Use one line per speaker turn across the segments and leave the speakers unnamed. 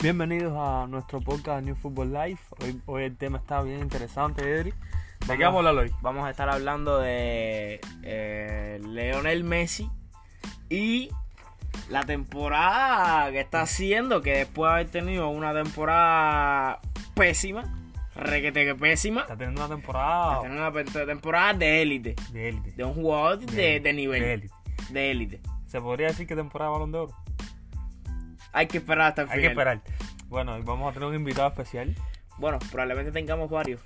Bienvenidos a nuestro podcast New Football Live. Hoy, hoy el tema está bien interesante, Edri. ¿De qué vamos a hablar hoy?
Vamos a estar hablando de eh, Leonel Messi y la temporada que está haciendo, que después de haber tenido una temporada pésima, requete que pésima,
Está teniendo una temporada
tener una pe- temporada de élite,
de élite.
de un jugador de, de
de
nivel,
élite.
de élite.
¿Se podría decir que temporada de balón de oro?
Hay que esperar hasta el final.
Hay que esperar. Bueno, hoy vamos a tener un invitado especial.
Bueno, probablemente tengamos varios.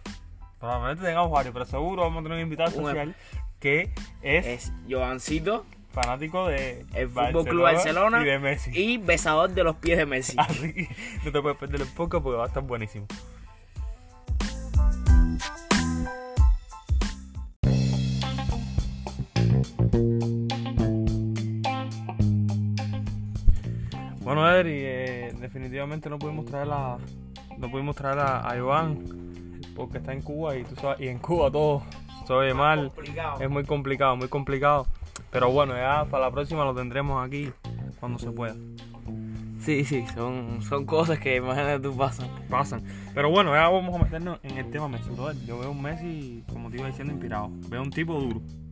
Probablemente tengamos varios, pero seguro vamos a tener un invitado
Un- em-
especial que es,
Es Joancito,
fanático de
el Fútbol Club Barcelona
y de Messi.
y besador de los pies de Messi.
Así que no te puedes perder el podcast porque va a estar buenísimo. Bueno, Edri, eh, definitivamente no pudimos traer a, no pudimos traer a, a Iván porque está en Cuba y tú sabes, y en Cuba todo se oye mal.
Complicado.
Es muy complicado, muy complicado. Pero bueno, ya para la próxima lo tendremos aquí cuando se pueda.
Sí, sí, son, son cosas que imagínate tú pasan.
pasan. Pero bueno, ya vamos a meternos en el tema Messi, brother. Yo veo un Messi, como te iba diciendo, inspirado. Veo un tipo duro. Un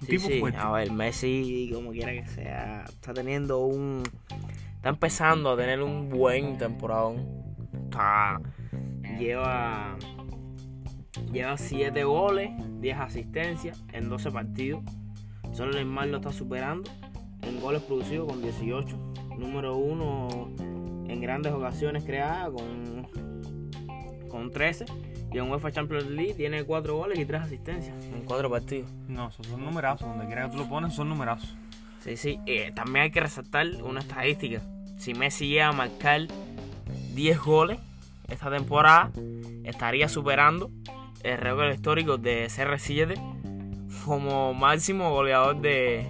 Sí,
tipo
sí. ah.
fuerte.
A ver, Messi, como quiera que sea, está teniendo un. Está empezando a tener un buen temporadón. Está. Lleva. Lleva 7 goles, 10 asistencias en 12 partidos. Solo Neymar lo está superando en goles producidos con 18. Número 1 en grandes ocasiones creadas con, con 13. Y en UEFA Champions League tiene 4 goles y 3 asistencias en 4 partidos.
No, esos son numerazos. Donde quiera que tú lo pones, son numerazos.
Sí, sí. Eh, también hay que resaltar una estadística. Si Messi llega a marcar 10 goles esta temporada, estaría superando el récord histórico de CR7 como máximo goleador de,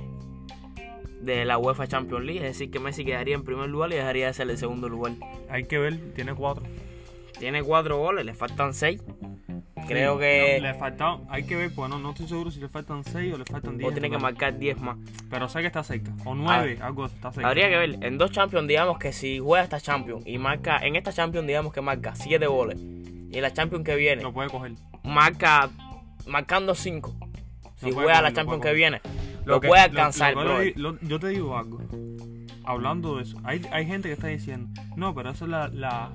de la UEFA Champions League. Es decir, que Messi quedaría en primer lugar y dejaría de ser el segundo lugar.
Hay que ver, tiene cuatro.
Tiene 4 goles, le faltan 6. Creo
Sí,
que...
no, le faltan, hay que ver, pues no, no estoy seguro si le faltan seis o le faltan diez.
o tiene que
total.
marcar 10 más.
Pero sé que está cerca. O nueve, algo está cerca.
Habría que ver, en dos Champions digamos que si juega esta Champions y marca, en esta Champions digamos que marca 7 goles y en la Champions que viene
Lo puede coger.
marca marcando 5. Si
Lo puede
juega la
coger, lo
Champions
puede
que viene, lo,
que-
puede alcanzar,
lo- lo-
brother.
lo- yo te digo algo. Hablando de eso, hay, hay gente que está diciendo, no, pero esa es la, la,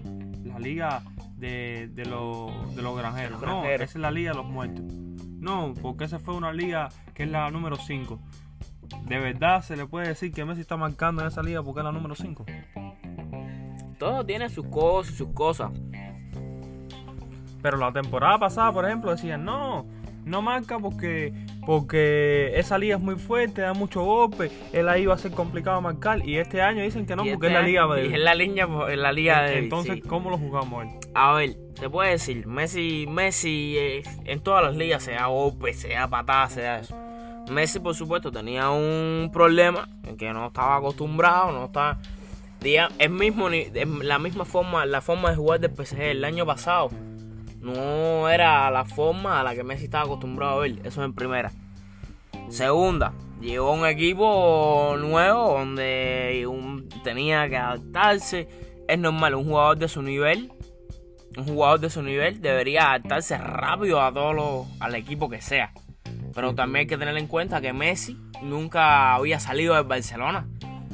la liga de, de, los- de los granjeros.
Los
No,
granjeros.
esa es la liga de los muertos. No, porque esa fue una liga que es la número 5. ¿De verdad se le puede decir que Messi está marcando en esa liga porque es la número 5?
Todo tiene sus cosas, sus cosas.
Pero la temporada pasada, por ejemplo, decían, no, no marca porque, porque esa liga es muy fuerte, da mucho golpe, él ahí va a ser complicado marcar. Y este año dicen que no,
Y
porque
este
es la liga
año-
de...
y es la línea, es la liga de
Entonces,
sí.
¿cómo lo jugamos él?
A ver, se puede decir, Messi, Messi eh, en todas las ligas, sea golpe, sea patada, sea eso. Messi, por supuesto, tenía un problema en que no estaba acostumbrado, no estaba. diga- el mismo, ni- em, la misma forma, la forma de jugar del PSG el año pasado no era la forma a la que Messi estaba acostumbrado a ver. Eso es en primera. Segunda, llegó un equipo nuevo donde un- tenía que adaptarse. Es normal, un jugador de su nivel, un jugador de su nivel debería adaptarse rápido a todos los, al equipo que sea. Pero también hay que tener en cuenta que Messi nunca había salido del Barcelona.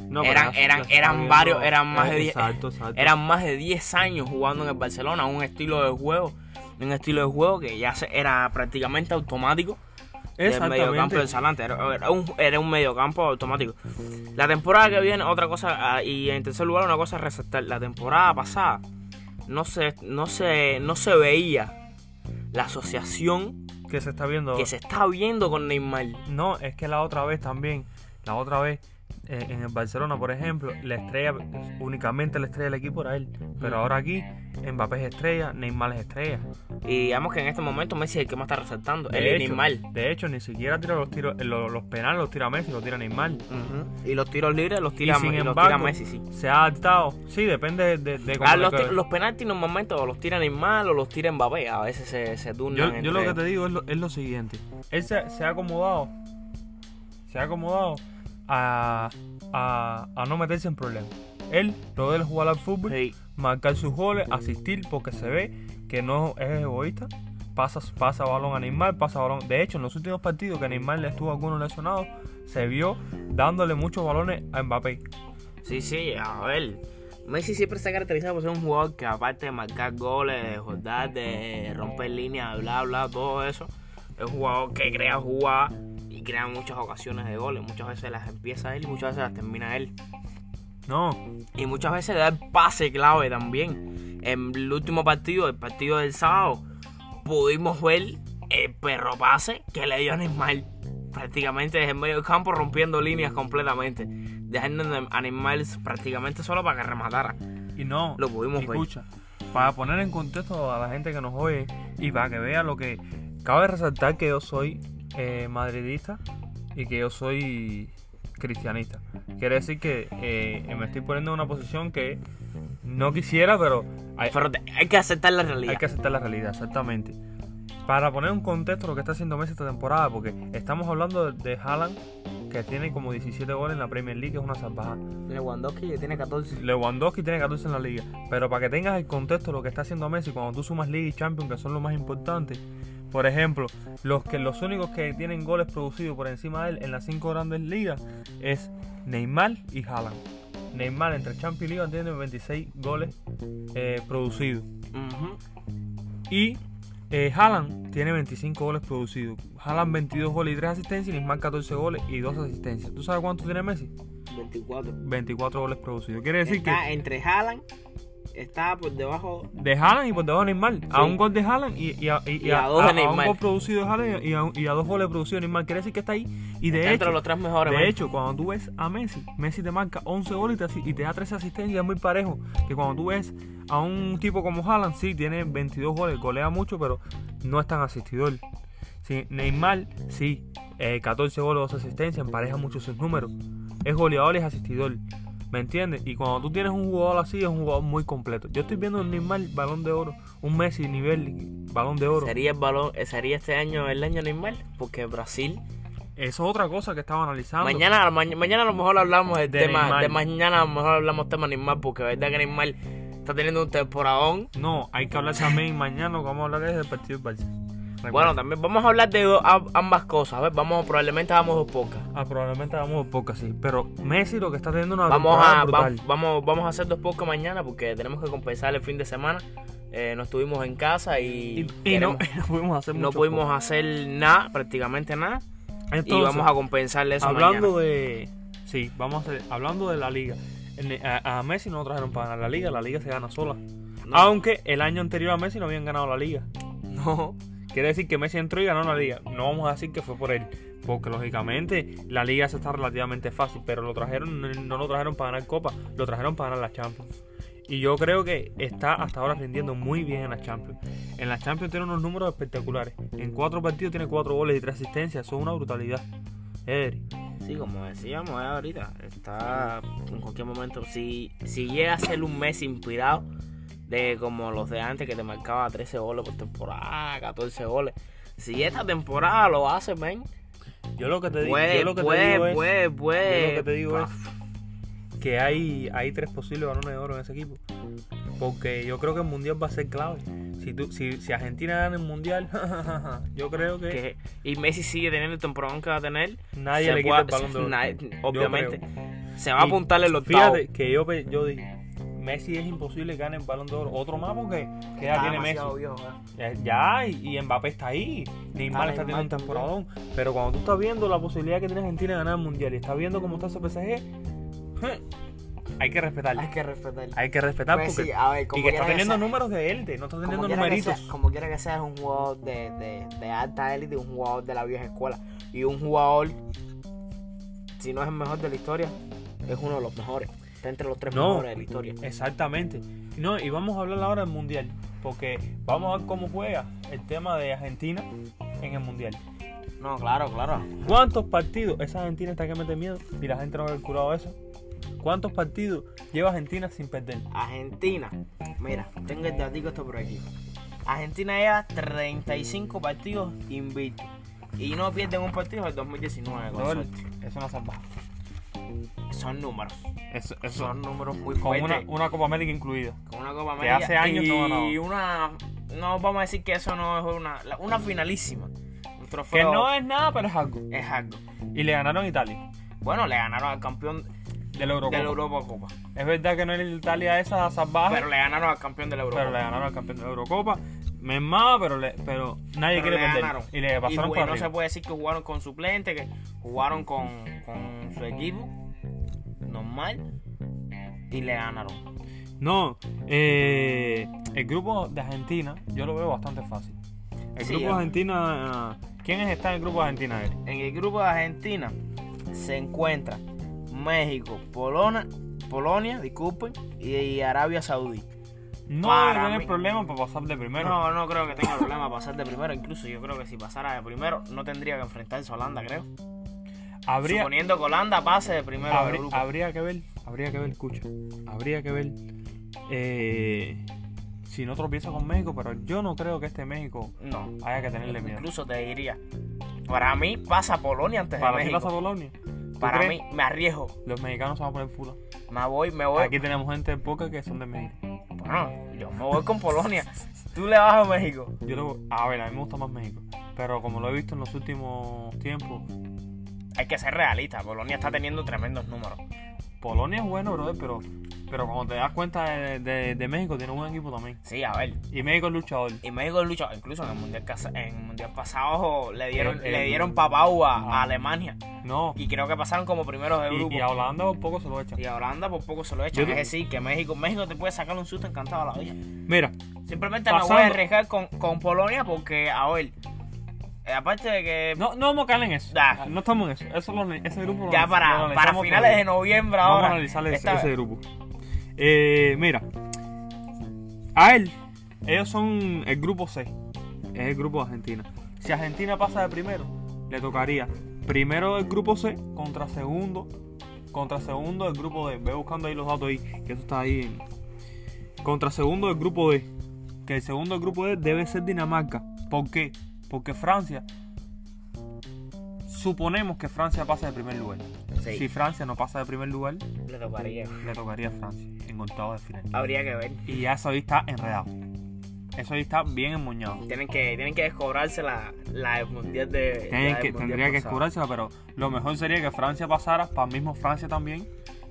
No, pero
Eran-
ya-
eran-
ya se
eran
está
varios,
viendo-
eran más de diez-
Exacto, exacto.
Eran más de 10 años jugando en el Barcelona, un estilo de juego, un estilo de juego que ya se- era prácticamente automático del mediocampo
Exactamente.
del Salante. Era, era un, era un mediocampo automático. La temporada que viene, otra cosa, ah, y en tercer lugar, una cosa a resaltar. La temporada pasada no se, no se, no se veía la asociación
Que se está viendo.
que se está viendo con Neymar.
No, es que la otra vez también, la otra vez eh, en el Barcelona, por ejemplo, la estrella, únicamente la estrella del equipo era él. Pero
Mm.
ahora aquí, Mbappé es estrella, Neymar es estrella.
Y digamos que en este momento Messi es el que más está resaltando.
De
Él y
hecho,
Neymar.
De hecho, ni siquiera tira los tiros, eh, los, los penales los tira Messi, los tira Neymar.
Ujú. Y los tiros libres los
Y
tira,
sin
y los
embargo,
tira Messi, sí.
Se ha adaptado. Sí, depende de, de, de cómo
Ah,
le
los,
quede.
ti- los penaltis normalmente o los tira Neymar o los tira Mbappé. A veces se, se turnan.
Yo, yo lo
entre-
que te digo es lo, es lo siguiente. Él se, se ha acomodado. Se ha acomodado a, a, a no meterse en problemas. él lo de él es jugar al fútbol,
Sí.
marcar sus goles, asistir, porque se ve que no es egoísta. Pasa, pasa balón a Neymar, pasa balón. De hecho, en los últimos partidos que Neymar le estuvo a algunos lesionados, se vio dándole muchos balones a Mbappé.
Sí, sí, a ver. Messi siempre se ha caracterizado por ser un jugador que aparte de marcar goles, de jordar, de romper líneas, de bla, bla, todo eso, es un jugador que crea jugadas y crea muchas ocasiones de goles. Muchas veces las empieza él y muchas veces las termina él.
No,
Y muchas veces le da el pase clave también. En el último partido, el partido del sábado, pudimos ver el perro pase que le dio a Neymar. Prácticamente desde el medio del campo rompiendo líneas completamente. Dejando a Neymar prácticamente solo para que rematara.
y no.
Lo pudimos ver.
Escucha, para poner en contexto a la gente que nos oye y para que vea lo que. Cabe resaltar que yo soy eh, madridista y que yo soy cristianista. Quiere decir que eh, me estoy poniendo en una posición que no quisiera, pero hay,
Pero te- hay que aceptar la realidad.
hay que aceptar la realidad, exactamente. Para poner en contexto lo que está haciendo Messi esta temporada, porque estamos hablando de, de Haaland, que tiene como 17 goles en la Premier League, es una salvajada.
Lewandowski tiene 14.
Lewandowski tiene 14 en la liga. Pero para que tengas el contexto de lo que está haciendo Messi, cuando tú sumas Liga y Champions, que son lo más importante. Por ejemplo, los, que, los únicos que tienen goles producidos por encima de él en las cinco grandes ligas es Neymar y Haaland. Neymar entre Champions y Liga tiene 26 goles eh, producidos.
Ujú.
Y eh, Haaland tiene 25 goles producidos. Haaland 22 goles y 3 asistencias y Neymar 14 goles y 2 asistencias. ¿Tú sabes cuánto tiene Messi?
24.
24 goles producidos. Quiere decir que...
está entre Haaland, está por debajo.
De Haaland y por debajo de Neymar. A un gol de Haaland y, y a, y- y
Y a dos de
un
Neymar.
gol producido de Haaland y a, y a dos goles producidos de Neymar. Quiere decir que está ahí. Y de
está entre
hecho,
los tres mejores.
de
man.
hecho, cuando tú ves a Messi, Messi te marca 11 goles y te, asi- y te da 13 asistencias. Es muy parejo. Que cuando tú ves a un tipo como Haaland, sí, tiene 22 goles, golea mucho, pero no es tan asistidor. Sí, Neymar, sí, eh, 14 goles, 2 asistencias, empareja mucho sus números. Es goleador y es asistidor. ¿Me entiendes? Y cuando tú tienes un jugador así, es un jugador muy completo. Yo estoy viendo un Neymar balón de oro, un Messi nivel balón de oro.
Sería el balón, eh, sería este año el año Neymar, porque Brasil.
Eso es otra cosa que estaba analizando.
Mañana, ma- mañana a lo mejor hablamos del
De
tema.
Neymar.
De mañana a lo mejor hablamos tema Neymar, porque es verdad que Neymar está teniendo un temporadón.
No, hay que hablar también mañana, lo que vamos a hablar es del partido del Barça. Recuerda.
Bueno, también vamos a hablar de do- a- ambas cosas. A ver, vamos, probablemente hagamos dos pocas.
Ah, probablemente vamos por pocas, sí. Pero Messi lo que está teniendo una
Vamos
temporada
a,
Ah, brutal.
va- vamos, vamos a hacer dos podcasts mañana porque tenemos que compensar el fin de semana. Eh, nos estuvimos en casa
y,
y,
y no,
queremos-
no pudimos hacer
no
mucho
pudimos
poco.
hacer nada, prácticamente nada. y
Entonces,
vamos a compensarle eso
hablando de sí vamos a hacer- hablando de la liga en- eh, a, a Messi no lo trajeron para ganar la liga la liga se gana sola
No.
aunque el año anterior a Messi no habían ganado la liga
mañana. No.
quiere decir que Messi entró y ganó la liga no vamos a decir que fue por él porque lógicamente la liga se está relativamente fácil pero lo trajeron no- no lo trajeron para ganar copa lo trajeron para ganar la Champions y yo creo que está hasta ahora rindiendo muy bien en la Champions. En la Champions tiene unos números espectaculares. En cuatro partidos tiene cuatro goles y tres asistencias. Eso es una brutalidad. Eder,
Sí, como decíamos eh, ahorita, está en cualquier momento. Si, si llega a ser un mes inspirado, de como los de antes que te marcaba 13 goles por temporada, 14 goles. Si esta temporada lo hace, men,
Yo lo que te, di-
puede,
yo lo que te
puede,
digo es
puede, puede.
yo lo que te digo
Pa-
es que hay, hay tres posibles balones de oro en ese equipo. Porque yo creo que el mundial va a ser clave. Si, tú, si, si Argentina gana el mundial, yo creo que,
que- y Messi sigue teniendo el temporadón que va a tener.
nadie
se
le quita
puede-
el balón de oro.
nadie- obviamente.
creo.
Se va a
Y
apuntar el octavo.
Fíjate que yo, pe- yo dije, Messi es imposible que gane el balón de oro. Otro más porque ¿qué edad
Está
tiene Messi?
demasiado viejo, eh.
Ya- Ya, y, y Mbappé está ahí. Neymar está
Está Ah, Neymar
teniendo un temporadón. Pero cuando tú estás viendo la posibilidad que tiene Argentina de ganar el mundial y estás viendo cómo está ese PSG, hay que respetarle.
que respetarlo.
Hay que respetar
Messi,
porque.
a ver,
Y
pues ah, como
que está
quiera que
teniendo
sea-
números de élite, no está teniendo
como quiera, que sea,
numeritos.
como quiera que sea, es un jugador de, de- de alta élite, un jugador de la vieja escuela. Y un jugador, si no es el mejor de la historia, es uno de los mejores. Está entre los tres
No.
mejores de la historia.
Exactamente. No, y vamos a hablar ahora del mundial, porque vamos a ver cómo juega el tema de Argentina en el mundial.
No, claro, claro.
¿Cuántos partidos? Esa Argentina está que mete miedo y la gente no ha calculado eso. ¿Cuántos partidos lleva Argentina sin perder?
Argentina. Mira, tengo el datico esto por aquí. Argentina lleva 35 partidos invictos. Y no pierden un partido desde el 2019. con
Joel,
suerte.
es una salvaje.
Son números.
Eso, eh, eso,
Son números muy
con una,
fuertes.
una Copa América incluida.
Con una Copa
que
América.
hace años
y
no ganaba.
una. No vamos a decir que eso no es una. la- Una finalísima. Un trofeo.
Mm. Que no es nada, pero es algo.
es algo.
Y le ganaron a Italia.
Bueno, le ganaron al campeón
De la Eurocopa.
de la Europa Copa.
Es verdad que no era Italia esa salvaje,
Pero
Ah. pero,
le ganaron al campeón de la Europa.
le ganaron al campeón de la Eurocopa. Me pero, le- pero nadie
Pero
quiere
le
perder.
ganaron.
Y le pasaron
jue-
por
no
arriba.
se puede decir que jugaron con suplente, que jugaron con, con su equipo normal y le ganaron.
No, eh, el grupo de Argentina, yo lo veo bastante fácil. El
Sí,
grupo
eh.
de Argentina, ¿quiénes están en el grupo de Argentina? Eric?
En el grupo de Argentina se encuentra México, Polonia, Polonia, disculpen, y, Arabia Saudí.
No
Para
debe tener
mí.
problema para pasar de primero.
No, no creo que tenga problema pasar de primero. Incluso yo creo que si pasara de primero no tendría que enfrentarse a Holanda, creo.
habría,
Suponiendo que Holanda pase de primero
habrí-
del grupo.
habría Ah. que ver, habría que ver, escucha, habría que ver eh, si no tropieza con México, pero yo no creo que este México
No,
haya que tenerle miedo.
incluso te diría. Para mí pasa Polonia antes
Para
de
ti pasa
México.
Polonia. ¿Tú
Para
crees?
mí me arriesgo.
Los mexicanos se van a poner fula.
Me voy, me voy.
Aquí tenemos gente de poca que son de México.
Bueno, yo me voy con Polonia. Tú le vas a México.
Yo lo, a ver, a mí me gusta más México. Pero como lo he visto en los últimos tiempos,
Hay que ser realista. Polonia está teniendo tremendos números.
Polonia es bueno, brother, pero, pero cuando te das cuenta de, de- de México, tiene un buen equipo también.
Sí, a ver.
Y México es luchador.
Y México lucha. Incluso en el mundial, casa- en el mundial pasado le dieron,
Eh, eh.
le dieron papau a, a
Ah.
Alemania.
No, y,
Y creo que pasaron como primeros de grupo.
y a Holanda por poco se lo echan.
Y a Holanda por poco se lo
Yo
echan.
te-
Es decir, que México, México te puede sacar un susto encantado a la olla.
Mira,
Simplemente me voy a
Pasando.
arriesgar con, con Polonia porque, a ver, eh, aparte de que
no, no vamos a caer en eso.
Da.
No estamos en eso. eso lo- ese grupo lo-
ya
lo
para, para
analizamos
finales de
todavía.
noviembre
Vamos
ahora...
a analizar ese,
esta-
ese grupo. Eh, mira, a él, ellos son el grupo C, es el grupo de Argentina. Si Argentina pasa de primero, le tocaría primero del grupo C contra segundo, contra segundo del grupo D. Ve buscando ahí los datos ahí, que eso está ahí. en- Contra segundo del grupo D, que el segundo del grupo D debe ser Dinamarca. ¿Por qué? Porque Francia, suponemos que Francia pasa de primer lugar.
Sí,
Si Francia no pasa de primer lugar,
le tocaría.
le tocaría a Francia en octavos de final.
Habría que ver.
Y ya eso ahí está enredado. Eso ahí está bien enmoñado.
Tienen que, tienen que descobrarse la, la del mundial de.
Tienen
la del
que-
mundial
tendría que
pasado.
descubrírsela, pero lo mejor sería que Francia pasara, para mismo Francia también,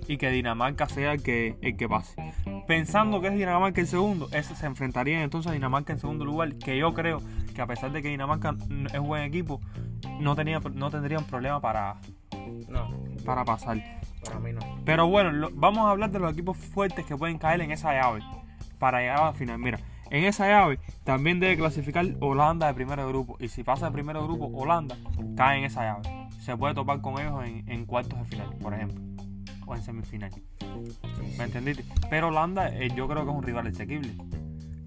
y que Dinamarca sea el que, el que pase. Pensando que es Dinamarca el segundo, ese se enfrentaría entonces a Dinamarca en segundo lugar, que yo creo que a pesar de que Dinamarca mm, es buen equipo, no, tenía, no tendrían problema para,
No,
para pasar.
para mí no.
Pero bueno, lo- vamos a hablar de los equipos fuertes que pueden caer en esa llave para llegar a la final. Mira, en esa llave también debe clasificar Holanda de primero de grupo. Y si pasa de primero de grupo, Holanda cae en esa llave. Se puede topar con ellos en, en cuartos de final, por ejemplo. O en semifinal. ¿Me entendiste? Pero Holanda eh, yo creo que es un rival asequible.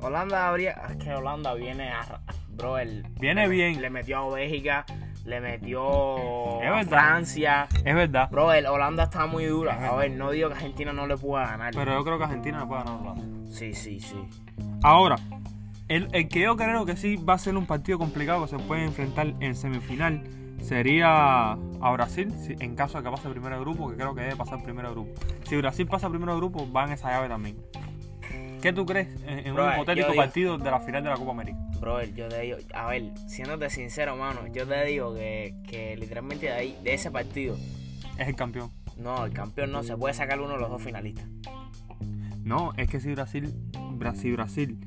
Holanda habría. Es que Holanda viene a. ra- Bro, el.
Viene bien.
Le metió a Bélgica, le metió
Es
a
verdad.
Francia.
Es verdad.
Bro, el Holanda está muy
Es
dura. A
verdad.
ver, no digo que Argentina no le pueda ganar.
Pero yo creo que Argentina no puede ganar a Holanda.
Sí, sí, sí.
Ahora, el, el que yo creo que sí va a ser un partido complicado que se puede enfrentar en semifinal sería a Brasil, si- en caso de que pase primero de grupo, que creo que debe pasar primero de grupo. Si Brasil pasa primero de grupo, van a esa llave también. ¿Qué tú crees en, en
Bro,
un
eh, yo
hipotético
digo-
partido de la final de la Copa América?
Bro, yo te digo, a ver, siéndote sincero, mano, yo te digo que, que literalmente de ahí, de ese partido,
Es el campeón.
no, el campeón no se puede sacar uno de los dos finalistas.
No, es que si Brasil, Brasil, Brasil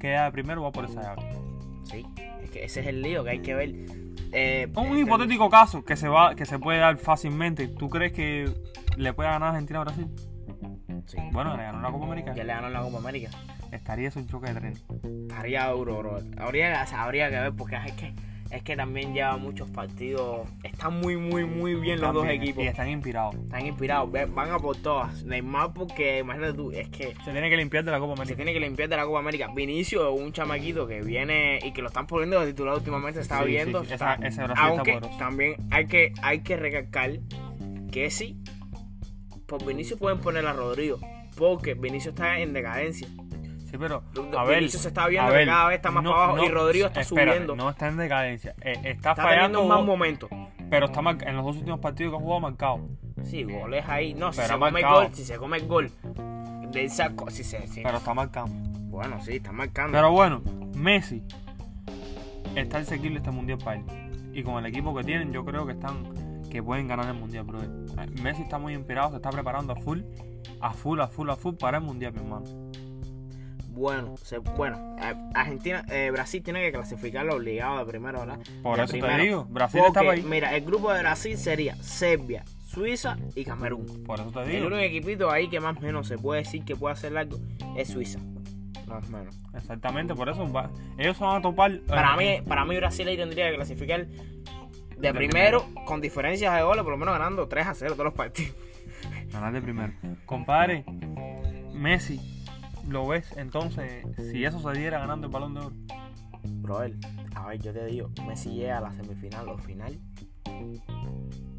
queda de primero, va por esa llave.
Sí, es que ese es el lío que hay que ver. Eh,
Un
eh,
hipotético caso que se va, que se puede dar fácilmente. ¿Tú crees que le puede ganar Argentina a Brasil?
Sí.
Bueno, le ganó la Copa América.
Ya le ganó la Copa América.
Estaría eso un choque de trenes.
Estaría duro, bro. Habría, o sea, habría que ver porque es que, es que también lleva muchos partidos. Están muy, muy, muy bien los dos
También,
equipos.
Y están inspirados.
Están inspirados. ve- Van a por todas. Neymar porque, imagínate tú, es que
Se tiene que limpiar de la Copa
se
América.
tiene que limpiar de la Copa América. Vinicio, un chamaquito que viene y que lo están poniendo de titular últimamente, estaba
Sí, sí,
viendo.
sí,
está-
esa- ese Brasil está
aunque
poderoso.
también hay que, hay que recalcar que sí, por Vinicio pueden poner a Rodrigo. Porque Vinicio está en decadencia.
Sí, pero.
Lo-
A ver,
Vinicius se está viendo
a
que
ver,
cada vez está más para abajo y Rodrigo está
espérate,
subiendo.
No está en decadencia. Eh, está,
Está teniendo
fallando,
un mal momento.
pero está mar- en los dos últimos partidos que ha jugado marcado.
Sí, goles ahí. No, si
Pero
se
ha
come el
marcado.
gol, si se come el gol. De esa co- si se, si-
Pero está marcado.
Bueno, sí, está marcando.
Pero bueno, Messi está inseguible este mundial para él. Y con el equipo que tienen, yo creo que están que pueden ganar el mundial, brother. Eh, Messi está muy inspirado, se está preparando a full, a full, a full, a full para el mundial, mi hermano.
Bueno, se- bueno, eh, Argentina, eh, Brasil tiene que clasificarlo obligado de primero, ¿verdad?
Por
De
eso te
primero.
digo, Brasil
Porque,
estaba ahí.
Mira, el grupo de Brasil sería Serbia, Suiza y Camerún.
Por eso te
El
digo.
único equipito ahí que más o menos se puede decir que puede hacer algo es Suiza. Más o menos.
Exactamente, por eso va- ellos se van a topar. eh,
Para mí, para mí Brasil ahí tendría que clasificar de,
primero.
primero, con diferencias de goles, por lo menos ganando 3 a 0 todos los partidos.
Ganar de primero. Compadre, Messi, ¿lo ves? Entonces, si eso se diera ganando el balón de oro.
Bro, a ver, yo te digo, Messi llega a la semifinal o final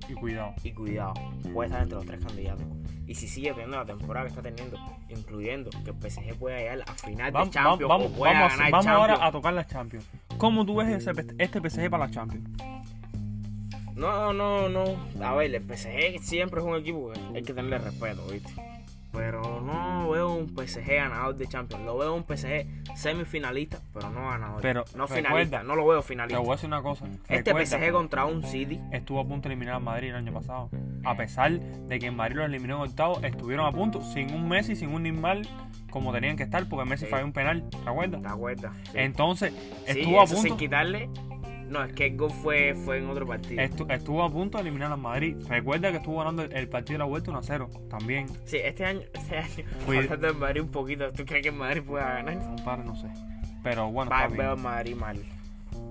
Y cuidado.
y cuidado, puede estar entre los tres candidatos. Y si sigue teniendo la temporada que está teniendo, incluyendo que el PSG pueda llegar a final
Vam- vam-
de Champions,
vamos,
o pueda
vamos a-
ganar
vamos
Champions.
ahora a tocar las Champions. ¿Cómo tú ves ese pe- este PSG para las Champions?
No, no, no. A ver, el PSG siempre es un equipo que hay que tenerle respeto, ¿viste? Pero no veo un PSG ganador de Champions. Lo veo un PSG semifinalista, pero no ganador.
Pero
no
recuerda-
finalista, no
Te
lo veo
voy a
finalista.
decir una cosa.
Este
Recuerda,
PSG contra un City.
estuvo a punto de eliminar a Madrid el año pasado. A pesar de que el Madrid lo eliminó en octavo, estuvieron a punto sin un Messi, sin un Neymar, como tenían que estar, porque Messi
Sí.
falló un penal. ¿Te acuerdas?
¿Te acuerdas? Sí.
Entonces,
Sí,
estuvo a
eso sin
punto.
quitarle. No, es que el gol fue, fue en otro partido.
estu- estuvo a punto de eliminar a Madrid. Recuerda que estuvo ganando el, el partido de la vuelta 1 0. También.
Sí, este año, este año,
Cuida-
hablando de Madrid un poquito, ¿tú crees que el Madrid pueda ganar?
Compadre, no sé. Pero bueno,
Va,
está
veo
bien.
el Madrid mal.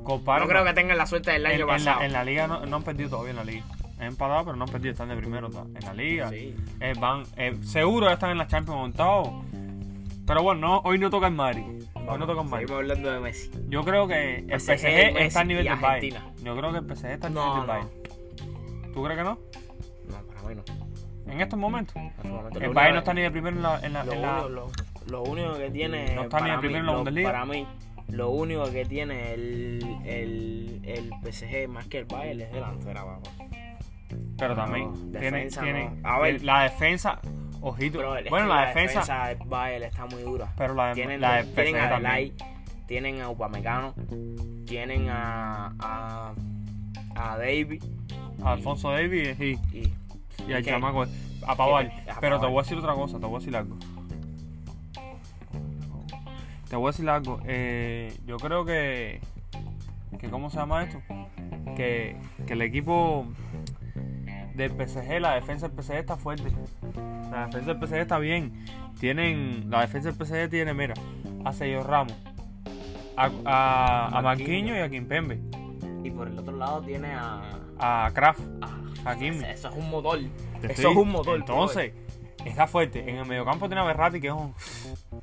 Compadre,
no creo que tengan la suerte del
en,
año
en
pasado.
la, en la liga no, no han perdido todavía en la liga. Han empatado, pero no han perdido. Están de primero ta- en la liga.
Sí.
Eh, van, eh, seguro están en la Champions montado. Pero bueno, no, hoy no toca en Madrid. Hoy Pues no toca en Madrid.
Seguimos hablando de Messi.
Yo creo que el PSG,
PSG, Messi
está al nivel
y
del Bayern.
Argentina.
Yo creo que el PSG está al nivel
No,
del
no.
Bayern. ¿Tú crees que no?
No, para mí no.
En estos momentos.
En su momento.
El
Lo
Bayern no
único-
está ni de primero en la... En la,
lo,
en la-
único- lo- lo único que tiene.
No está ni
para
de primero en la
mí, lo-
Bundesliga.
Para mí, lo único que tiene el, el, el PSG más que el Bayern es delantera, papá.
pero también
no,
tiene,
defensa
tiene-
no. A ver.
la defensa... Ojito.
Bro, es
bueno,
que
la, defensa...
del Bayern está muy dura.
Pero la, de-
tienen,
la del
tienen
PSG
a
también.
Delay, tienen a Upamecano, tienen a. a, a David
A Alfonso Davis y,
y.
y al
¿Qué?
chamaco a Pavard.
¿Qué? A
Pero te
Pavard.
voy a decir otra cosa, te voy a decir algo. Te voy a decir algo. eh, yo creo que, que ¿cómo se llama esto? Que, que el equipo del PSG, la defensa del PSG está fuerte. La defensa del PSG está bien. Tienen, la defensa del PSG tiene, mira, a Sergio Ramos, a, a, a Marquinhos y a Kimpembe,
Y por el otro lado tiene a.
a Kraft,
a-
a Kimmich.
eso es un motor.
Te
Eso
estoy-
es un motor.
Entonces, está fuerte. En el mediocampo tiene a Berrati, que es un.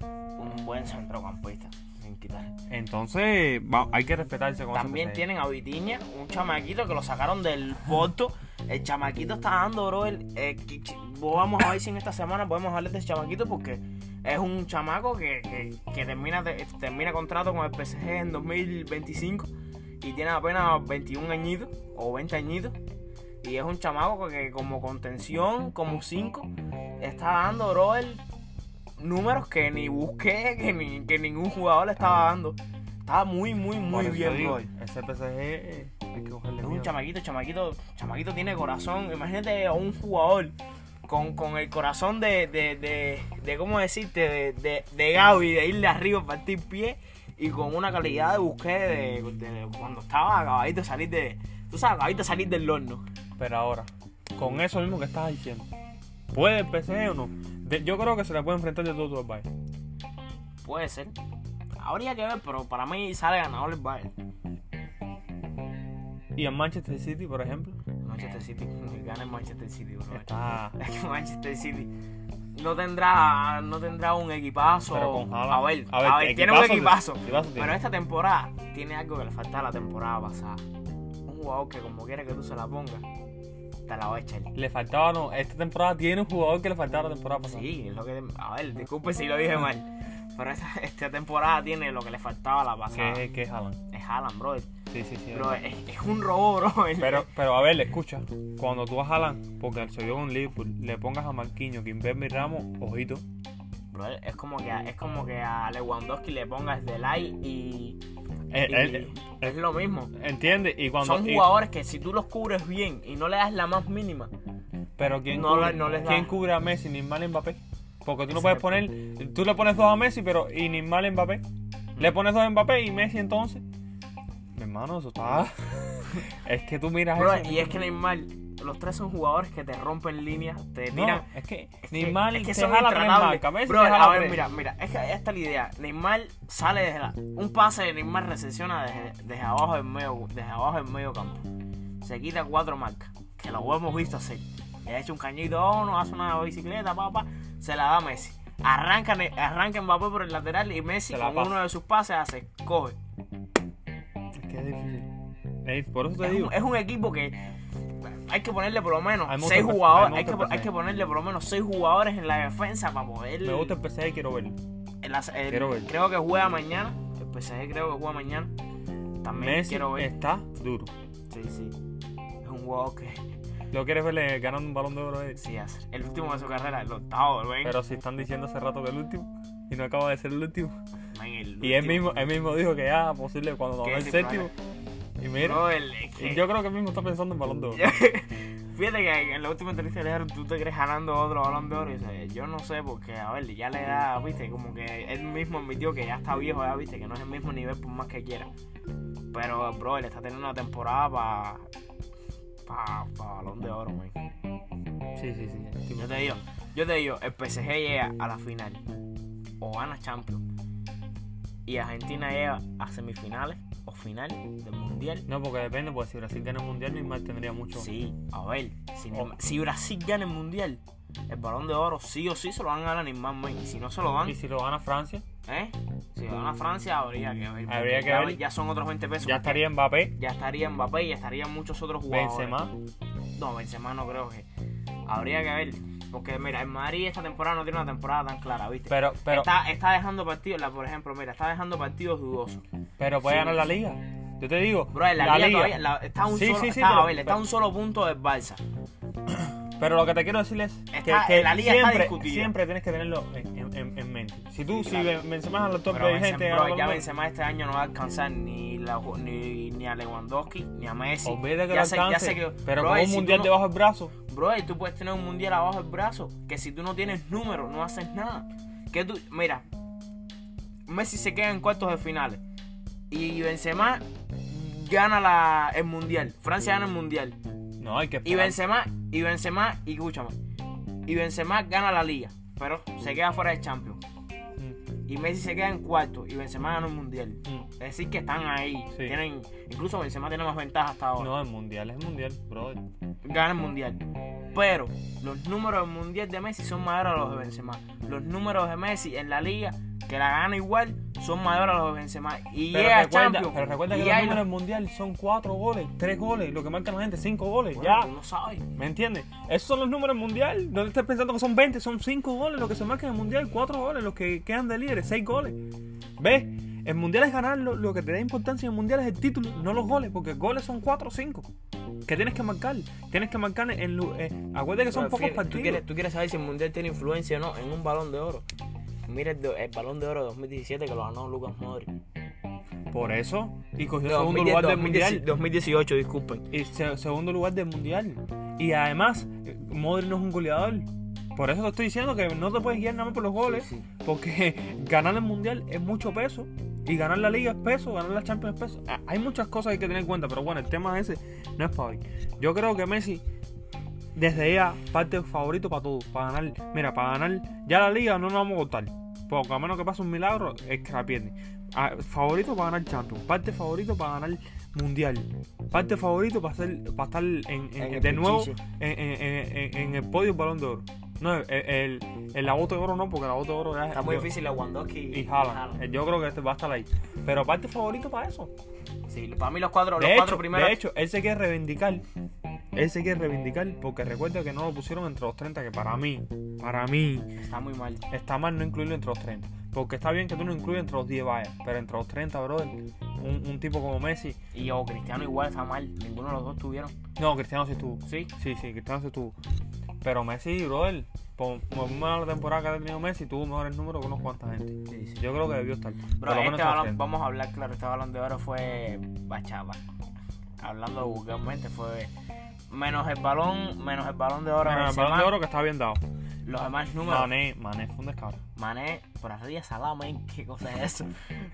un buen centrocampista, sin quitar.
Entonces, va- hay que respetarse con ese
También
PSG.
tienen a Vitiña, un chamaquito que lo sacaron del Porto. El chamaquito está dando, bro. el- eh, que- que- vamos a ver si en esta semana podemos hablar de ese chamaquito porque es un chamaco que, que- que termina, de- termina contrato con el PSG en 2025 y tiene apenas 21 añitos o 20 añitos. Y es un chamaco que como contención, como 5, está dando, bro, el números que ni busqué, que, ni- que ningún jugador le estaba dando. Estaba muy, muy,
Por
muy
eso te
bien,
digo,
bro.
Ese PSG eh, hay que cogerle
Es un
miedo.
chamaquito, chamaquito, chamaquito tiene corazón. Imagínate a un jugador con, con el corazón de, de, de, de, ¿cómo decirte? De, de, de Gaby, de irle arriba, partir pie y con una calidad de busque de, de cuando estaba acabadito de salir de, tú sabes, acabadito de salir del horno.
Pero ahora, con eso mismo que estás diciendo, ¿puede el PSG o no? De- yo creo que se le puede enfrentar de todo, todo el Bayern.
Puede ser. Habría que ver, pero para mí sale ganador el Bayern.
Y en Manchester City, por ejemplo,
Manchester City, gana el Manchester City, bro.
está.
Es que Manchester City no tendrá, no tendrá un equipazo.
Pero con Haaland.
a ver,
A ver,
a ver, tiene un
equipazo
equipazo.
sí, equipazo tiene.
pero esta temporada tiene algo que le falta a la temporada pasada. Un jugador que como quiera que tú se la pongas, te la va a echar.
Le faltaba, no. Esta temporada tiene un jugador que le faltaba la temporada pasada.
Sí, es lo que... A ver, disculpe si lo dije mal. Pero esta, esta temporada tiene lo que le faltaba la pasada.
que, que es Haaland.
Es Haaland, bro.
Sí, sí, sí.
Bro, es, es un robot, bro.
Pero, pero a ver, escucha. Cuando tú a Haaland, porque se vio con Liverpool, pues, le pongas a Marquinhos, Kimberly Ramos, ojito.
Bro, es como que a- es como que a Lewandowski le pongas Delay y,
Eh,
y
él-
es lo mismo.
¿Entiendes? Y cuando,
Son
y-
jugadores que si tú los cubres bien y no le das la más mínima,
pero ¿quién,
no
cubre,
le- no les da.
¿quién cubre a Messi? Neymar Mbappé. Porque tú no
Ese
puedes
es el
poner. Tú le pones dos a Messi, pero. Y Neymar Mbappé.
Mm.
Le pones dos a Mbappé y Messi entonces. Mi hermano, eso está. es que tú miras
Bro,
eso.
y es que Neymar, los tres son jugadores que te rompen líneas, te
No,
tiran.
es que
eh, Es que-
Neymar
es que
se
son
jala tres
intratables.
marcas, Messi
Bro,
se jala
a ver,
tres.
mira, mira, es que esta es la idea. Neymar sale desde la, un pase de Neymar recepciona desde, desde abajo del medio, desde abajo del medio campo. Se quita cuatro marcas, que lo hemos visto hacer. Le echa un cañito a uno, hace una bicicleta, papá, se la da a Messi. Arranca, Ne- arranca Mbappé por el lateral y Messi
Se la
con
pasa.
uno de sus pases hace, coge.
Es que es difícil. Es- por eso te
Es
digo.
un, es un equipo que hay que ponerle por lo menos
Hay mucho
seis
perso-
jugadores.
hay
Hay que,
mucho
hay que ponerle por lo menos seis jugadores en la defensa para poder.
Me gusta el PSG y quiero verlo.
en las- el-
quiero ver.
Creo que juega mañana. El PSG creo que juega mañana. También
Messi eh.
quiero ver.
está duro.
Sí, sí. Es un jugador que
Lo quieres verle ganando un balón de oro a él.
sí hace. El último de su carrera, el octavo, ven.
Pero si están diciendo hace rato que el último. Y no acaba de ser el último.
Ven, el
Y él
último.
mismo, él mismo dijo que ya posible cuando nos
Que
ve el
sí,
séptimo. Y mira,
Bro, el- es que-
yo creo que él mismo está pensando en balón de oro.
Fíjate que en la última entrevista le dijeron, tú te crees ganando otro balón de oro. Y dice, yo no sé, porque a ver, ya le da, viste, como que él mismo admitió que ya está viejo, ya viste, que no es el mismo nivel por más que quiera. Pero, bro, él está teniendo una temporada para. para balón de oro, man.
Sí, sí, sí. el tipo-
Yo te digo, yo te digo, el PSG llega a la final o gana Champions y Argentina llega a semifinales o final del mundial.
No, porque depende, porque si Brasil gana el mundial, Neymar tendría mucho.
Sí, a ver, si,
Oh.
Neymar- si Brasil gana el mundial, el balón de oro sí o sí se lo van a ganar a Neymar, men. Y si no se lo dan,
Y si lo gana Francia,
¿eh? Si lo dan a Francia, habría que ver.
Habría que
ya,
ver.
Ya son otros 20 pesos.
ya estaría Mbappé,
Ya estaría Mbappé, ya estarían muchos otros jugadores.
Benzema.
No, Benzema no creo que. Habría que ver. Porque mira, el Madrid esta temporada no tiene una temporada tan clara, ¿viste?
Pero, pero,
está, está dejando partidos, la- por ejemplo, mira, está dejando partidos dudosos.
pero puede
Sí.
ganar la liga. Yo te digo,
Bro, en la, liga, todavía la- está, un
Sí,
solo,
sí, sí,
está, a
pero-
ver, está a un solo punto del Barça.
Pero lo que te quiero decir es que,
Está-
que
la liga está
siempre,
discutida.
siempre tienes que tenerlo en, en- en- en mente. Si tú, si
Sí, claro.
Ben- Benzema es el top
Pero
de
Benzema-
gente,
bro, ya
ganador,
Benzema este año no va a alcanzar ni, la- ni, ni a Lewandowski, ni a Messi.
olvídate que
Ya
lo
sé- ya
alcance,
sé que-
pero
bro,
con
y
un
si tú
mundial
no-
debajo del brazo.
Bro, y tú puedes tener un mundial abajo del brazo, que si tú no tienes números, no haces nada. Que tú, mira, Messi se queda en cuartos de finales y Benzema gana la, el mundial, Francia gana el mundial.
No, hay que
Y
esperar.
Benzema, y Benzema, y escúchame. Y Benzema gana la liga, pero se queda fuera de Champions.
Mm,
Y Messi se queda en cuarto y Benzema gana un mundial.
mm.
Es decir, que están ahí.
Sí.
Tienen, incluso Benzema tiene más ventaja hasta ahora.
No, el mundial es mundial, bro.
Gana el mundial. Pero los números del mundial de Messi son mayores a los de Benzema. Los números de Messi en la liga, que la gana igual, son mayores a los de Benzema. Y
Pero,
llega a
recuerda,
Champions.
pero recuerda que
y
los
ahí
números del
lo-
mundial son cuatro goles, tres goles, lo que marca la gente, cinco goles,
Bueno, pues,
ya.
tú no sabes.
¿Me entiendes? Esos son los números del mundial. No estés pensando que son 20, son 5 goles los que se marcan en el mundial, 4 goles los que quedan de líderes, 6 goles. ¿Ves? El mundial es ganar, lo, lo que te da importancia en el mundial es el título, no los goles, porque goles son 4 o 5. Que tienes que marcar, tienes que marcar en. lu- eh, acuérdate que son
Pero,
pocos
fíjate,
partidos.
¿tú quieres, tú quieres saber si el mundial tiene influencia o no en un balón de oro. Mira el, do- el balón de oro de 2017 que lo ganó Lucas Modric.
Por eso, y cogió
De
segundo lugar del
2010,
mundial.
2018, disculpen.
Y eh, se- segundo lugar del mundial. Y además, eh, Modric no es un goleador. Por eso te estoy diciendo que no te puedes guiar nada más por los goles.
Sí,
Porque ganar el mundial es mucho peso. Y ganar la liga es peso, ganar la Champions es peso. Ah, Hay muchas cosas que hay que tener en cuenta, pero bueno, el tema ese no es para hoy. Yo creo que Messi, desde ya, parte favorito para todo. Para ganar, mira, para ganar ya la liga no nos vamos a contar. Porque a menos que pase un milagro, es que la pierde. Ah, favorito para ganar Champions, parte favorito para ganar Mundial, parte favorito para, ser, para estar en- en-
En el
de nuevo
pichiche.
en, en- en- en- en el podio Balón de Oro. No, el, el, el la bota de oro no, porque la bota de oro ya es-
Está muy
yo-
difícil Lewandowski
y Haaland. Eh, Yo creo que este va a estar ahí. Pero parte favorito para eso.
Sí, para mí los cuatro, los
De
cuatro
hecho,
primeros.
de hecho, él se quiere reivindicar Él se quiere reivindicar porque recuerda que no lo pusieron entre los 30, que para mí, para mí,
Está muy mal.
está mal no incluirlo entre los 30. Porque está bien que tú lo incluyas entre los 10 vallas, pero entre los 30, brother, un, un tipo como Messi.
Y yo, Cristiano igual está mal. Ninguno de los dos tuvieron.
No, Cristiano sí estuvo.
Sí.
Sí, sí, Cristiano sí estuvo. Pero Messi, brother, por, por muy mala temporada que ha tenido Messi, tuvo mejores números que unos cuantas gente.
Sí, sí.
Yo creo que debió estar.
Bro,
por lo menos
este
está
balón,
haciendo.
vamos a hablar claro, este balón de oro fue bachaba. Hablando vulgarmente fue menos el balón, menos el balón de oro.
Bueno, el
Benzema,
balón de oro que está bien dado.
Los demás números.
Mané, Mané fue un descaro.
Mané, por arriba Salah, man, qué cosa es eso.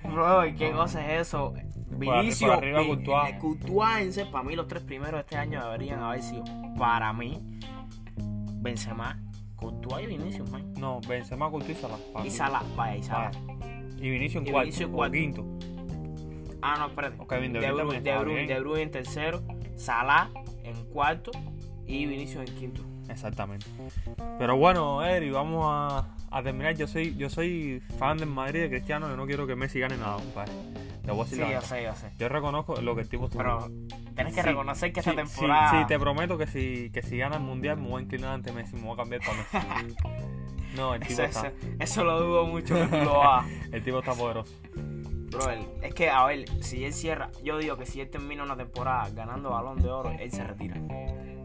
Bro, ¿qué cosa es eso?
arri-
Vinicio,
por arriba Courtois.
eh, Courtois, en ser- para mí los tres primeros de este año deberían haber sido, para mí, Benzema, Courtois y Vinicius, man.
No, Benzema, Coutinho y Salah. Para
Y
mí.
Salah, vaya, y Salah.
Vale. Y Vinicius en
Y
cuarto.
Vinicius en
o
cuarto.
Quinto.
Ah, no, espérate.
O Kevin De
de
Bruyne también
Bruyne, de
está
Bruyne,
bien.
De Bruyne en tercero, Salah en cuarto y Vinicius en quinto.
Exactamente. Pero bueno, Eri, vamos a, a terminar. Yo soy, yo soy fan del Madrid de Cristiano. Yo no quiero que Messi gane nada, compadre. Te voy a decir
Sí,
la
yo
verdad.
sé, yo sé.
Yo reconozco lo que el tipo tuvo.
Pero tenés que
Sí,
reconocer que
sí,
esta
sí,
temporada.
Sí, te prometo que si, que si gana el mundial me voy a inclinar ante Messi, me voy a cambiar para Messi. No, el tipo,
eso,
está,
eso- eso lo dudo mucho que tú lo hagas.
el tipo está poderoso.
Bro, él- es que, a ver, si él cierra, yo digo que si él termina una temporada ganando balón de oro, él se retira.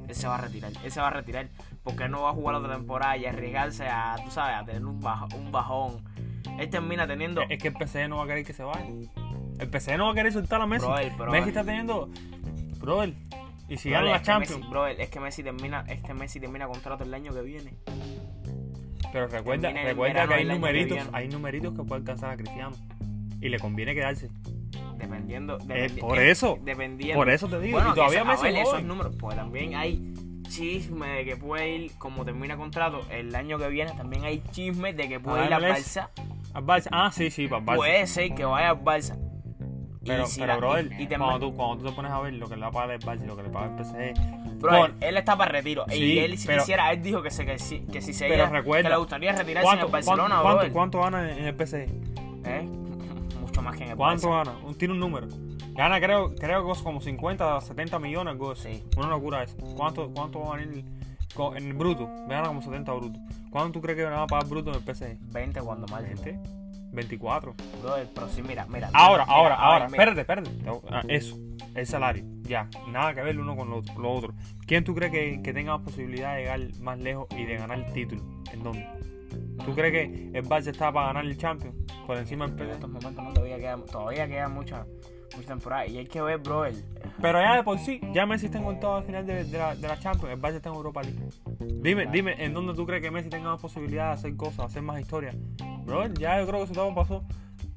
Él se va a retirar, él se va a retirar porque él no va a jugar otra temporada y arriesgarse a, tú sabes, a tener un, bajo- un bajón. Él termina teniendo.
Es que el PSG no va a querer que se vaya. El PSG no va a querer soltar a Messi.
Brother, brother.
Messi está teniendo. Brother. Y si gana
Brother,
la
es que
Champions.
Messi- brother, es que Messi termina, este Messi termina contrato el año que viene.
Pero recuerda,
Termina en el
recuerda
verano
que hay
del año que
numeritos,
viene.
hay numeritos que puede alcanzar a Cristiano. Y le conviene quedarse.
Dependiendo.
Eh,
dependi-
por
eh,
eso.
Dependiendo.
Por eso te digo.
Bueno,
y todavía
eso- a
Messi
ver,
es
esos
joven.
números, pues también hay chisme de que puede ir, como termina contrato el año que viene, también hay chisme de que puede
Ah,
ir a
MLS.
Barça.
Al Barça- Ah, sí, sí, para el Barça.
Puede ser que vaya al Barça. Pues, Y
pero,
si
pero
la-
brother,
y- y termina-
cuando, tú, cuando tú te pones a ver lo que le va a pagar el Barça y lo que le paga el PSG.
Bro,
por-
él- él está para retiro. y
Sí,
él, si
pero-
quisiera, él dijo que, se, que, si, que si se
Pero
iba,
recuerda,
que le gustaría retirarse en
¿Cuánto,
el Barcelona,
cuánto,
brother.
cuánto gana en el PSG?
¿Eh? Mucho más que en el
¿Cuánto
Barça.
gana? Un- Tiene un número. Gana, creo, creo que es como 50 70 millones. algo así.
Sí.
Una locura eso. ¿Cuánto, cuánto va a venir co- en el bruto? Gana como 70 bruto. ¿Cuánto tú crees que va a pagar bruto en el PSG?
20 cuando más.
Gente, 24.
Brother, pero sí, mira, mira.
Ahora,
mira,
ahora,
mira, a
ahora.
ver, mira.
Espérate, espérate. Ah, Eso, el salario. Ya, nada que ver lo uno con lo otro. Lo otro. ¿Quién tú crees que, que tenga más posibilidad de llegar más lejos y de ganar el título? ¿En dónde? ¿Tú crees que el Barça está para ganar el Champions por encima del
Pero en
PSG?
estos momentos no todavía queda, todavía queda mucha, mucha temporada. Y hay que ver, bro, el-
Pero ya de por sí, ya Messi está en octavo al final de, de la, de la Champions, el Barça está en Europa League. Dime, dime, ¿en dónde tú crees que Messi tenga más posibilidad de hacer cosas, hacer más historia? Bro, ya yo creo que eso todo pasó.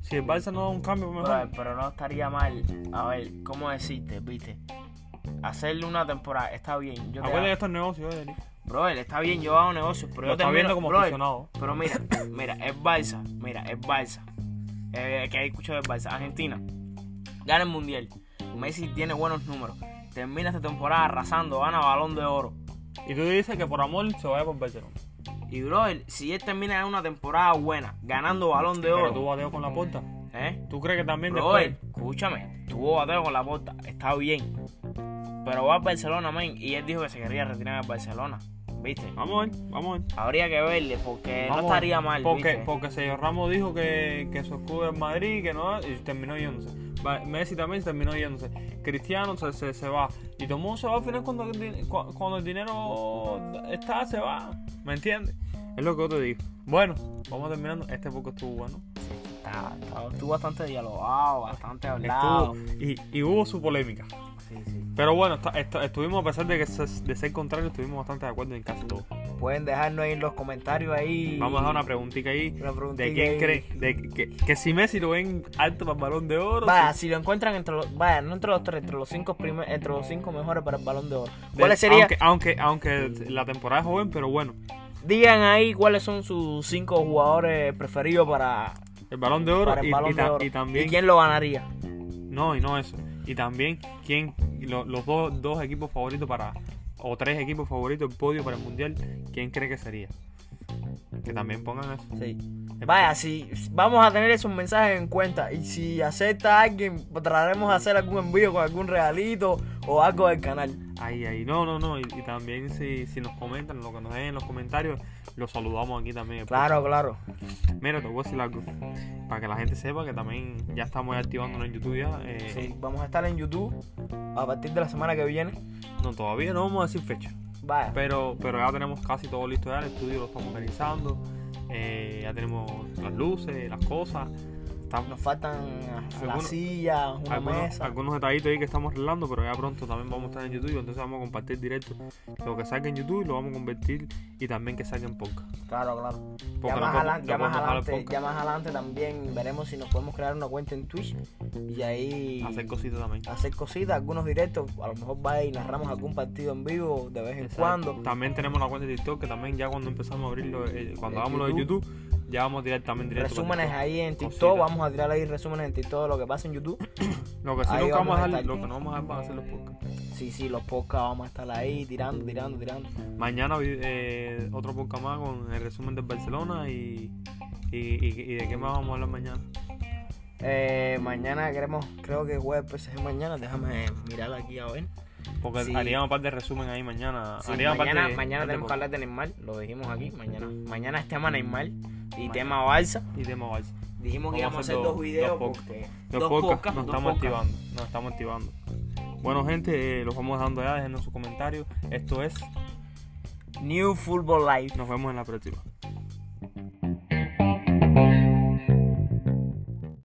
Si el Barça no da un cambio, pues mejor.
bro, pero no estaría mal. A ver, ¿cómo decirte, viste? Hacerle una temporada está bien. Yo te
Acuérdate de
hago-
estos negocios, eh, Eli.
bro, él está bien, yo hago negocios, pero
Lo
yo te
está viendo como aficionado.
Pero mira, mira, es Balsa, mira, es Balsa. Eh, que he escuchado es Balsa. Argentina gana el mundial. Messi tiene buenos números. Termina esta temporada arrasando, gana balón de oro.
Y tú dices que por amor se vaya por Barcelona.
Y bro, él- si él termina en una temporada buena, ganando balón de
Pero tú
oro,
bateo con la puerta.
¿eh?
¿Tú crees que también
Bro, eh.
después?
escúchame, tuvo bateo con la puerta, está bien. Pero va a Barcelona, man, y él dijo que se quería retirar en Barcelona, ¿viste?
Vamos a ver, vamos a ver.
Habría que verle, porque
Vamos a
Eh, no
ver.
estaría mal,
Porque,
¿viste?
porque Sergio Ramos dijo que, que su escudo es Madrid, que no, y terminó yéndose. Va- Messi también se terminó yéndose. Cristiano se, se, se va. Y todo el mundo se va al final cuando, el din- cu- cuando el dinero está, se va. ¿Me entiendes? Es lo que yo te digo. Bueno, vamos terminando. Este poco estuvo bueno.
Está- está- estuvo bastante dialogado, bastante hablado.
Estuvo- y, y hubo su polémica.
Sí, sí.
Pero bueno, está- está- estuvimos, a pesar de que se- de ser contrario, estuvimos bastante de acuerdo en casi todo.
Pueden dejarnos ahí en los comentarios ahí.
Vamos a dejar una preguntita ahí.
Una preguntita
¿De quién
ahí.
cree? De, que, que si Messi lo ven alto para el balón de oro.
Vaya, si lo encuentran entre los, vaya, no entre los tres, entre los cinco primeros, entre los cinco mejores para el balón de oro.
de-
¿Cuáles serían?
Aunque, aunque,
Mm.
aunque la temporada es joven, pero bueno.
Digan ahí cuáles son sus cinco jugadores preferidos para,
El balón de oro,
para el
y,
balón
y
de
ta-
oro.
y también.
¿Y quién lo ganaría?
No, y no eso. Y también, ¿quién? lo- los dos, dos equipos favoritos para. O tres equipos favoritos en podio para el mundial. ¿Quién cree que sería? Que también pongan eso.
Sí. Vaya, si vamos a tener esos mensajes en cuenta y si acepta a alguien, trataremos de hacer algún envío con algún regalito o algo del canal.
Ahí, ahí. No, no, no. Y, y también si, si nos comentan, lo que nos den en los comentarios, los saludamos aquí también.
Claro, claro.
Mira, te voy a decir algo. Para que la gente sepa que también ya estamos activándonos en YouTube ya. eh,
Sí, vamos a estar en YouTube a partir de la semana que viene.
No, todavía no vamos a decir fecha.
Vaya.
Pero, pero ya tenemos casi todo listo ya. El estudio lo estamos organizando. eh, ya tenemos las luces, las cosas. Estamos,
Nos faltan
Alguno-
las sillas, una
algunos,
mesa.
algunos detallitos ahí que estamos arreglando, pero ya pronto también vamos a estar en YouTube. Entonces vamos a compartir directo lo que salga en YouTube, lo vamos a convertir y también que salga en podcast.
Claro, claro. Ya
Porque
más,
no
adelan-
podemos-
ya
no podemos dejar
más
el
adelante,
podcast.
ya más adelante también veremos si nos podemos crear una cuenta en Twitch y ahí
Hacer cositas también.
hacer cositas, algunos directos. A lo mejor va y narramos algún partido en vivo de vez en
Exacto.
cuando.
También tenemos la cuenta de TikTok que también ya cuando empezamos a abrirlo, eh, cuando
El
hagamos lo de YouTube, ya vamos directamente directo. para
Resúmenes ahí en TikTok.
Cositas.
Vamos a tirar ahí resúmenes en TikTok de lo que pasa en YouTube.
TikTok. Lo que sí
ahí
nunca
vamos
vamos a
a
dejar-
estar.
lo que no vamos a dejar van a hacer los podcasts.
Sí, sí, los podcasts vamos a estar ahí tirando, tirando, tirando.
Mañana eh, otro podcast más con el resumen del Barcelona y, y, y- y de qué más vamos a hablar mañana.
Eh, mañana queremos, creo que juega el PSG mañana. Déjame mirar aquí a ver.
Porque
Sí.
haríamos un par de resumen ahí mañana.
Sí,
haríamos par
mañana
Ah, de-
mañana
par de
tenemos que
podcast.
hablar de Neymar, lo dijimos aquí. Mañana mañana es tema Neymar y tema Balsa.
Y tema Barça.
Dijimos
Vamos
que
a
íbamos a
hacer
hacer
dos-
dos videos.
dos podcasts.
porque-
Los podcasts
dos podcasts,
nos
dos
estamos
podcasts.
activando. Nos estamos activando. Bueno, gente, eh, los vamos dejando ya. Déjenos sus comentarios. Esto es.
New Football Life.
Nos vemos en la próxima.